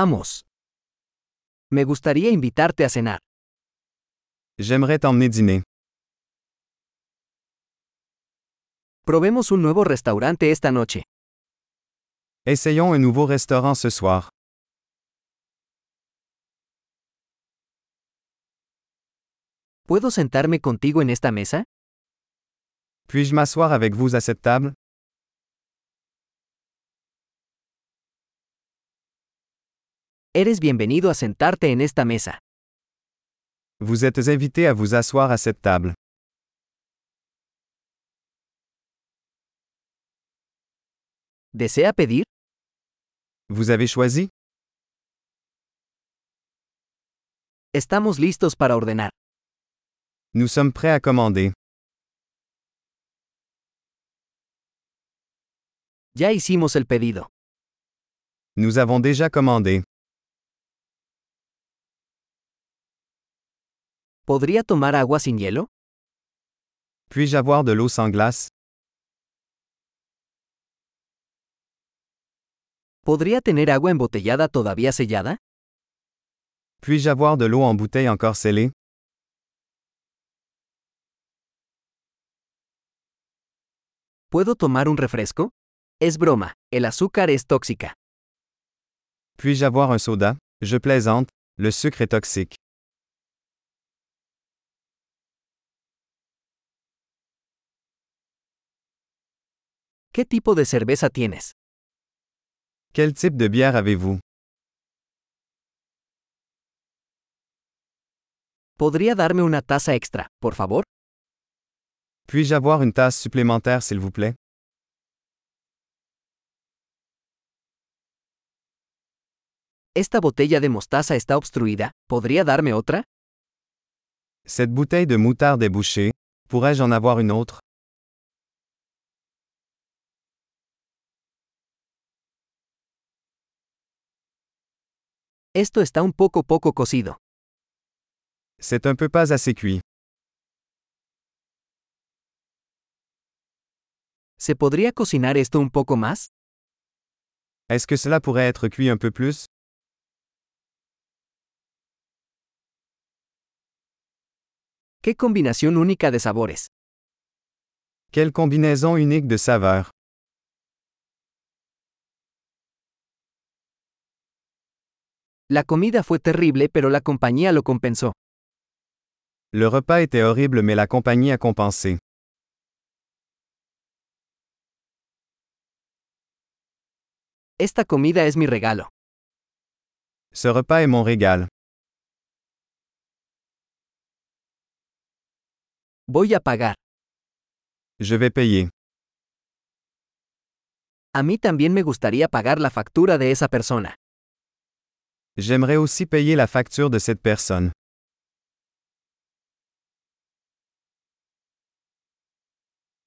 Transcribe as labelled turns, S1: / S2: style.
S1: Vamos. Me gustaría invitarte a cenar.
S2: J'aimerais t'emmener dîner.
S1: Probemos un nuevo restaurante esta noche.
S2: Essayons un nouveau restaurant ce soir.
S1: ¿Puedo sentarme contigo en esta mesa?
S2: Puis-je m'asseoir avec vous à cette table?
S1: Eres bienvenido a sentarte en esta mesa.
S2: Vous êtes invité à vous asseoir à cette table.
S1: ¿Desea pedir?
S2: Vous avez choisi?
S1: Estamos listos para ordenar.
S2: Nous sommes prêts à commander.
S1: Ya hicimos el pedido.
S2: Nous avons déjà commandé.
S1: ¿Podría tomar agua sin hielo?
S2: Puis-je avoir de l'eau sans glace?
S1: ¿Podría tener agua embotellada todavía sellada?
S2: Puis-je avoir de l'eau en bouteille encore scellée?
S1: ¿Puedo tomar un refresco? Es broma, el azúcar es tóxica.
S2: Puis-je avoir un soda? Je plaisante, le sucre est toxique.
S1: ¿Qué tipo de cerveza tienes?
S2: Quel type de bière avez-vous?
S1: ¿Podría darme una taza extra, por favor?
S2: Puis-je avoir une tasse supplémentaire s'il vous plaît?
S1: Esta botella de mostaza está obstruida, ¿podría darme otra?
S2: Cette bouteille de moutarde est bouchée. Pourrais-je en avoir une autre?
S1: Esto está un poco poco cocido.
S2: C'est un peu pas assez cuit.
S1: ¿Se podría cocinar esto un poco más?
S2: Est-ce que cela pourrait être cuit un peu plus?
S1: ¡Qué combinación única de sabores!
S2: Quelle combinaison unique de saveurs.
S1: La comida fue terrible pero la compañía lo compensó.
S2: Le repas était horrible mais la compagnie a compensé.
S1: Esta comida es mi regalo.
S2: Ce repas est mon régal.
S1: Voy a pagar.
S2: Je vais payer.
S1: A mí también me gustaría pagar la factura de esa persona.
S2: J'aimerais aussi payer la facture de cette personne.